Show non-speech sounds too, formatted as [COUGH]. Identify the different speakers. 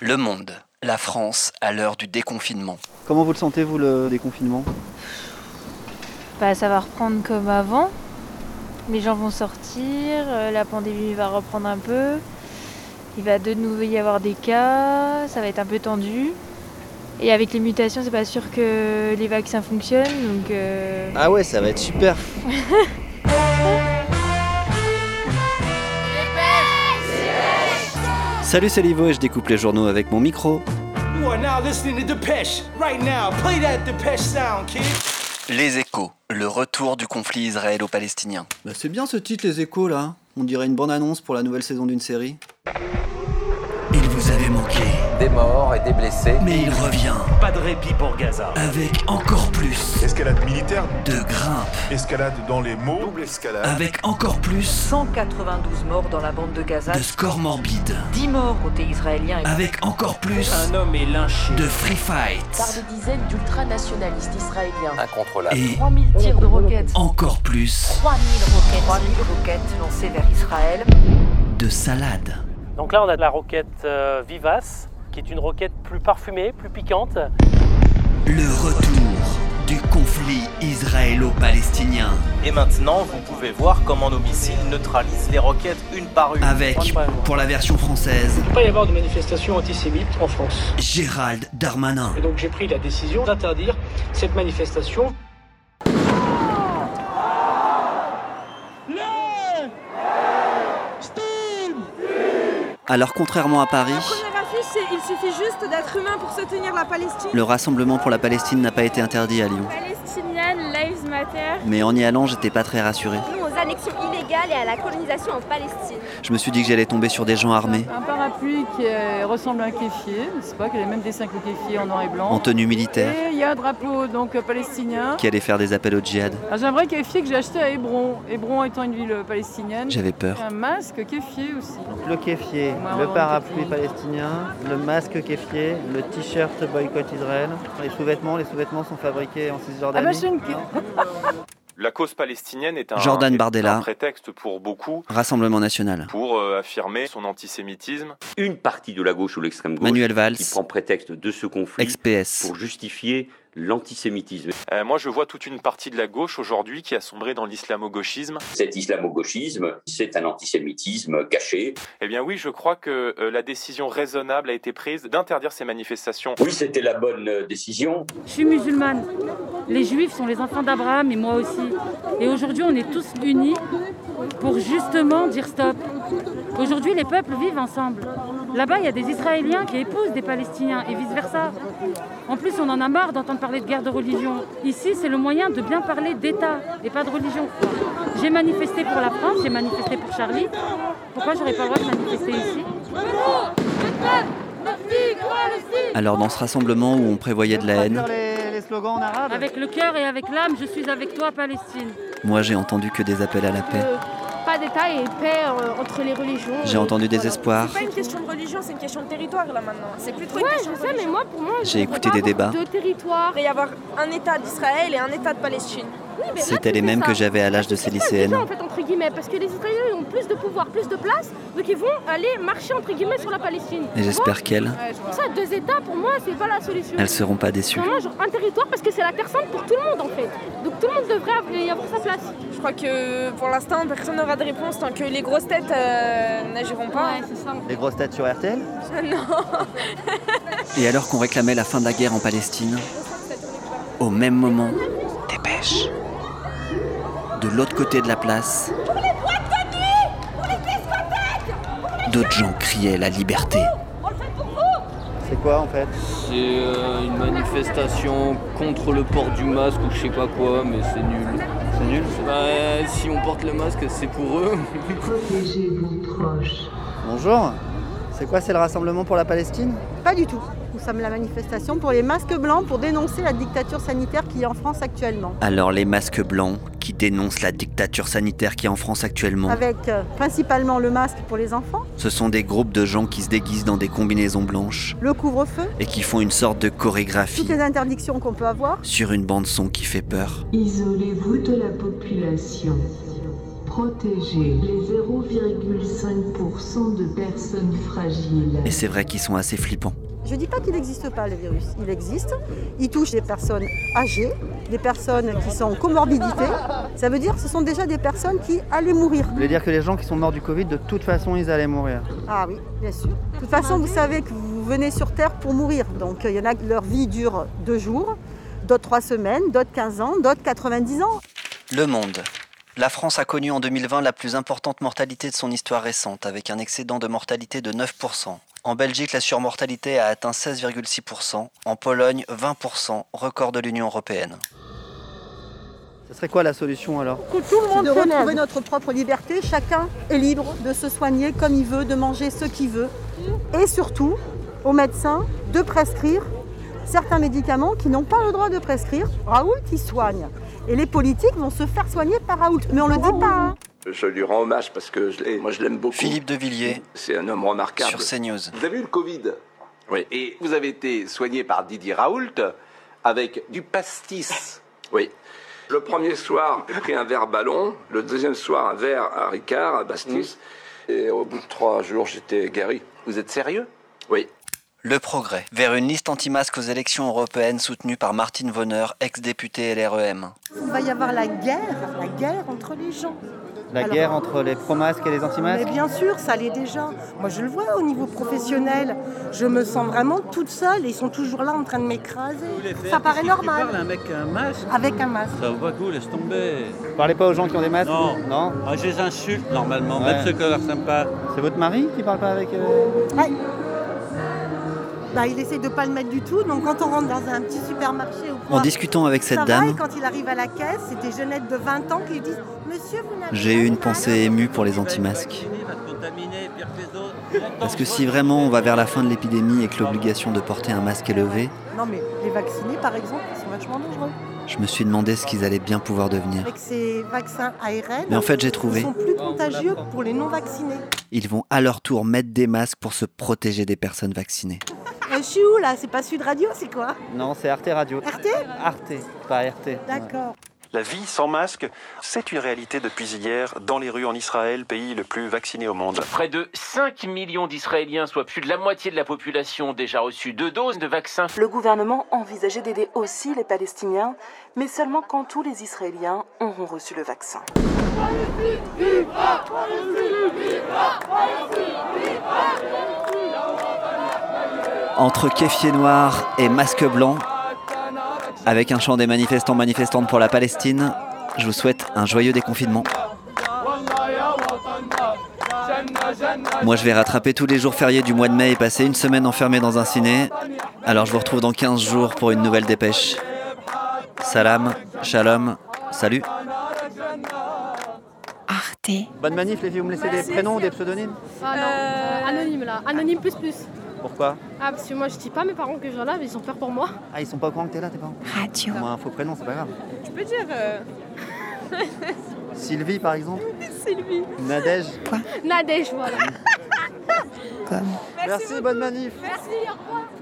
Speaker 1: Le Monde, la France à l'heure du déconfinement.
Speaker 2: Comment vous le sentez, vous, le déconfinement
Speaker 3: Bah, ça va reprendre comme avant. Les gens vont sortir, euh, la pandémie va reprendre un peu. Il va de nouveau y avoir des cas, ça va être un peu tendu. Et avec les mutations, c'est pas sûr que les vaccins fonctionnent, donc. euh,
Speaker 4: Ah ouais, ça va être super.
Speaker 2: Salut, c'est Livo et je découpe les journaux avec mon micro.
Speaker 5: You are now listening to Depeche. Right now, play that Depeche sound, kid.
Speaker 1: Les échos, le retour du conflit israélo-palestinien.
Speaker 2: Bah, c'est bien ce titre, les échos, là. On dirait une bande-annonce pour la nouvelle saison d'une série.
Speaker 1: Il vous avait manqué,
Speaker 6: des morts et des blessés.
Speaker 1: mais il revient
Speaker 7: Pas de répit pour Gaza.
Speaker 1: avec encore plus
Speaker 8: Escalade militaire,
Speaker 1: de grimpe,
Speaker 8: escalade dans les mots, double escalade.
Speaker 1: avec encore plus
Speaker 9: 192 morts dans la bande de Gaza,
Speaker 1: scores morbides,
Speaker 9: 10 morts côté israélien
Speaker 2: Ah.
Speaker 9: et
Speaker 1: avec encore plus
Speaker 7: Un homme est lynché.
Speaker 1: de free fights
Speaker 9: dizaines d'ultranationalistes israéliens.
Speaker 10: Ah.
Speaker 6: Incontrôlable.
Speaker 1: et
Speaker 9: 3000 tirs de roquettes,
Speaker 1: encore plus
Speaker 9: 3000 roquettes, 3000 roquettes lancées vers Israël.
Speaker 1: de salades.
Speaker 7: Donc là, on a de la roquette euh, Vivace, qui est une roquette plus parfumée, plus piquante.
Speaker 1: Le retour du conflit israélo-palestinien
Speaker 10: Et maintenant, vous pouvez voir comment nos missiles neutralisent les roquettes une par une.
Speaker 1: avec, pour la version française,
Speaker 7: Il ne peut pas y avoir de manifestation antisémite en France.
Speaker 1: Gérald Darmanin.
Speaker 7: Et donc j'ai pris la décision d'interdire cette manifestation.
Speaker 2: Alors, contrairement à Paris,
Speaker 3: il suffit juste d'être humain pour soutenir la Palestine.
Speaker 2: le rassemblement pour la Palestine n'a pas été interdit à Lyon.
Speaker 3: Palestinian Lives Matter.
Speaker 2: Mais en y allant, j'étais pas très rassuré.
Speaker 3: Nous, aux annexions illégales et à la colonisation en Palestine.
Speaker 2: Je me suis dit que j'allais tomber sur des gens armés,
Speaker 9: Un parapluie qui euh, ressemble à un kéfier, n'est-ce pas, qui a les mêmes dessins que le kéfier en noir et blanc.
Speaker 2: en tenue militaire,
Speaker 9: Et il y a un drapeau donc euh, palestinien.
Speaker 2: qui allaient faire des appels au djihad.
Speaker 9: Alors, J'ai un vrai kéfier que j'ai acheté à Hébron, Hébron étant une ville euh, palestinienne.
Speaker 2: J'avais peur.
Speaker 9: Un masque kéfier aussi.
Speaker 11: Le kéfier,
Speaker 9: Moi,
Speaker 11: le
Speaker 9: on
Speaker 11: parapluie
Speaker 9: kéfier.
Speaker 11: palestinien, le masque kéfier, le t-shirt boycott Israël, les sous-vêtements, les sous-vêtements sont fabriqués en
Speaker 9: Ah
Speaker 11: Cisjordanie.
Speaker 9: bah j'ai une...
Speaker 8: La cause palestinienne est un,
Speaker 2: Jordan Bardella.
Speaker 8: un prétexte pour beaucoup
Speaker 2: Rassemblement national.
Speaker 8: pour euh, affirmer son antisémitisme.
Speaker 10: Une partie de la gauche ou l'extrême gauche
Speaker 2: Manuel Valls,
Speaker 10: qui prend prétexte de ce conflit
Speaker 2: ex-PS.
Speaker 10: pour justifier l'antisémitisme.
Speaker 8: Euh, moi, je vois toute une partie de la gauche aujourd'hui qui a sombré dans l'islamo-gauchisme.
Speaker 10: Cet islamo-gauchisme, c'est un antisémitisme caché.
Speaker 8: Eh bien oui, je crois que euh, la décision raisonnable a été prise d'interdire ces manifestations.
Speaker 10: Oui, c'était la bonne euh, décision.
Speaker 3: Je suis musulmane. Les juifs sont les enfants d'Abraham et moi aussi. Et aujourd'hui, on est tous unis pour justement dire stop. Aujourd'hui, les peuples vivent ensemble. Là-bas, il y a des Israéliens qui épousent des Palestiniens et vice-versa. En plus, on en a marre d'entendre parler de guerre de religion. Ici, c'est le moyen de bien parler d'État et pas de religion. J'ai manifesté pour la France, j'ai manifesté pour Charlie. Pourquoi j'aurais pas le droit de manifester ici
Speaker 2: Alors dans ce rassemblement où on prévoyait de la haine,
Speaker 11: les, les slogans en arabe
Speaker 3: Avec le cœur et avec l'âme, je suis avec toi, Palestine.
Speaker 2: moi j'ai entendu que des appels à la paix.
Speaker 8: Euh,
Speaker 3: Pas d'État et paix euh, entre les religions.
Speaker 2: J'ai entendu des espoirs,
Speaker 3: pas une question de religion, c'est une question de territoire là maintenant. C'est plus trop une question de religion. mais moi pour moi,
Speaker 2: j'ai écouté des débats,
Speaker 3: territoire. Il va y avoir un État d'Israël et un État de Palestine.
Speaker 2: c'était les mêmes que j'avais à l'âge de ces lycéennes.
Speaker 3: En fait, entre guillemets, parce que les Israéliens ils ont plus de pouvoir, plus de place, donc ils vont aller marcher entre guillemets sur la Palestine.
Speaker 2: Et j'espère qu'elles,
Speaker 3: Ça, deux États pour moi, c'est pas la solution.
Speaker 2: elles seront pas déçues.
Speaker 3: Vraiment, genre, un territoire parce que c'est la terre sainte pour tout le monde en fait. Donc tout le monde devrait y avoir sa place. Je crois que pour l'instant, personne n'aura de réponse tant que les grosses têtes euh, n'agiront pas.
Speaker 11: Les grosses têtes sur RTL
Speaker 2: Et alors qu'on réclamait la fin de la guerre en Palestine, au même moment, dépêche. De l'autre côté de la place, d'autres gens criaient la liberté.
Speaker 11: Ah, C'est quoi en fait
Speaker 6: C'est euh, une manifestation contre le port du masque ou je sais pas quoi, mais c'est nul. C'est nul si on porte le masque, c'est pour eux. [LAUGHS]
Speaker 11: Bonjour C'est quoi, c'est le rassemblement pour la Palestine
Speaker 9: Pas du tout. Nous sommes la manifestation pour les masques blancs pour dénoncer la dictature sanitaire qui est en France actuellement.
Speaker 2: Alors les masques blancs qui dénoncent la dictature sanitaire qui est en France actuellement,
Speaker 9: Avec euh, principalement le masque pour les enfants,
Speaker 2: ce sont des groupes de gens qui se déguisent dans des combinaisons blanches
Speaker 9: le couvre-feu,
Speaker 2: et qui font une sorte de
Speaker 9: toutes
Speaker 2: chorégraphie
Speaker 9: les interdictions qu'on peut avoir.
Speaker 2: sur une bande son qui fait peur.
Speaker 9: Isolez-vous de la population.
Speaker 4: protéger les 0,5% de personnes fragiles.
Speaker 2: Et c'est vrai qu'ils sont assez flippants.
Speaker 9: Je ne dis pas qu'il n'existe pas le virus, il existe. Il touche des personnes âgées, des personnes qui sont en comorbidité. Ça veut dire que ce sont déjà des personnes qui allaient mourir.
Speaker 11: Je veux dire que les gens qui sont morts du Covid, de toute façon, ils allaient mourir.
Speaker 9: Ah oui, bien sûr. De toute façon, vous savez que vous venez sur Terre pour mourir. Donc il y en a que leur vie dure deux jours, d'autres trois semaines, d'autres 15 ans, d'autres 90 ans.
Speaker 2: Le monde. La France a connu en 2020 la plus importante mortalité de son histoire récente, avec un excédent de mortalité de 9%. En Belgique, la surmortalité a atteint 16,6%, en Pologne 20%, record de l'Union européenne.
Speaker 11: Ce serait quoi la solution alors
Speaker 9: Que tout le monde de retrouver notre propre liberté, chacun est libre de se soigner comme il veut, de manger ce qu'il veut, et surtout aux médecins de prescrire certains médicaments qui n'ont pas le droit de prescrire. Raoult, il soigne. Et les politiques vont se faire soigner par Raoult. Mais on ne le dit pas. hein.
Speaker 12: Je lui rends hommage parce que je l'ai- moi je l'aime beaucoup.
Speaker 1: Philippe de Villiers,
Speaker 12: C'est un homme remarquable.
Speaker 1: sur CNews.
Speaker 12: Vous avez eu le Covid Oui. Et vous avez été soigné par Didier Raoult avec du pastis. Oui. Le premier soir, j'ai pris un verre ballon. Le deuxième soir, un verre à Ricard, à Bastis. Et au bout de trois jours, j'étais guéri. Vous êtes sérieux Oui.
Speaker 2: Le progrès, vers une liste anti-masque aux élections européennes soutenue par Martine Vonner, ex-députée E LREM.
Speaker 13: Il va y avoir la guerre, la guerre entre les gens.
Speaker 11: La
Speaker 13: Alors,
Speaker 11: guerre entre les pro-masques et les anti-masques
Speaker 13: Mais bien sûr, ça l'est déjà. Moi, je le vois au niveau professionnel. Je me sens vraiment toute seule. Ils sont toujours là en train de m'écraser. Ça paraît normal.
Speaker 14: avec un masque.
Speaker 13: Avec un masque.
Speaker 14: Ça vaut pas le coup, laisse tomber.
Speaker 11: Parlez pas aux gens qui ont des masques
Speaker 14: Non.
Speaker 11: Non
Speaker 14: Ah, je les insulte normalement,
Speaker 11: Ouais.
Speaker 14: même ceux qui ont l'air sympas.
Speaker 11: C'est votre mari qui parle pas avec. euh,
Speaker 13: Ouais. Bah, il essaie de pas le mettre du tout. Donc, quand on rentre dans un petit supermarché ou quoi,
Speaker 2: En discutant avec cette
Speaker 13: ça
Speaker 2: dame-
Speaker 13: va, et quand il arrive à la caisse, c'est des jeunettes de 20 ans qui lui disent Monsieur, vous n'avez
Speaker 2: J'ai eu une pensée émue pour les anti-masques. Parce que si vraiment on va vers la fin de l'épidémie et que l'obligation de porter un masque est levée,
Speaker 13: Non, mais les vaccinés, par exemple, ils sont vachement dangereux.
Speaker 2: je me suis demandé ce qu'ils allaient bien pouvoir devenir.
Speaker 13: Avec ces vaccins ARN,
Speaker 2: Mais en fait, j'ai trouvé.
Speaker 13: ils sont plus contagieux que pour les non-vaccinés.
Speaker 2: Ils vont à leur tour mettre des masques pour se protéger des personnes vaccinées.
Speaker 13: Euh, je suis où là C'est pas Sud Radio, c'est quoi
Speaker 11: Non, c'est Arte Radio.
Speaker 13: RT
Speaker 11: Arte, pas RT.
Speaker 13: D'accord.
Speaker 15: La vie sans masque, c'est une réalité depuis hier dans les rues en Israël, pays le plus vacciné au monde.
Speaker 16: Près de 5 millions d'Israéliens, soit plus de la moitié de la population, ont déjà reçu deux doses de vaccin.
Speaker 17: Le gouvernement envisageait d'aider aussi les Palestiniens, mais seulement quand tous les Israéliens auront reçu le vaccin.
Speaker 2: Entre kéfier noir et masque blanc, avec un chant des manifestants manifestantes pour la Palestine, je vous souhaite un joyeux déconfinement. Moi, je vais rattraper tous les jours fériés du mois de mai et passer une semaine enfermé dans un ciné. Alors, je vous retrouve dans 15 jours pour une nouvelle dépêche. Salam, shalom, salut.
Speaker 11: Bonne manif, les filles, vous me laissez des prénoms ou des pseudonymes
Speaker 18: Euh, Anonyme là, anonyme plus plus.
Speaker 11: Pourquoi
Speaker 18: Ah parce que moi je dis pas à mes parents que je viens là, mais ils ont peur pour moi.
Speaker 11: Ah, ils sont pas au courant que t'es là, tes parents Radio. Moi, un faux prénom, c'est pas grave.
Speaker 18: Tu peux dire euh,
Speaker 11: Sylvie, par exemple.
Speaker 18: [LAUGHS] Sylvie.
Speaker 11: Nadège.
Speaker 18: Nadège voilà.
Speaker 11: Merci, bonne manif.
Speaker 18: Merci, au revoir.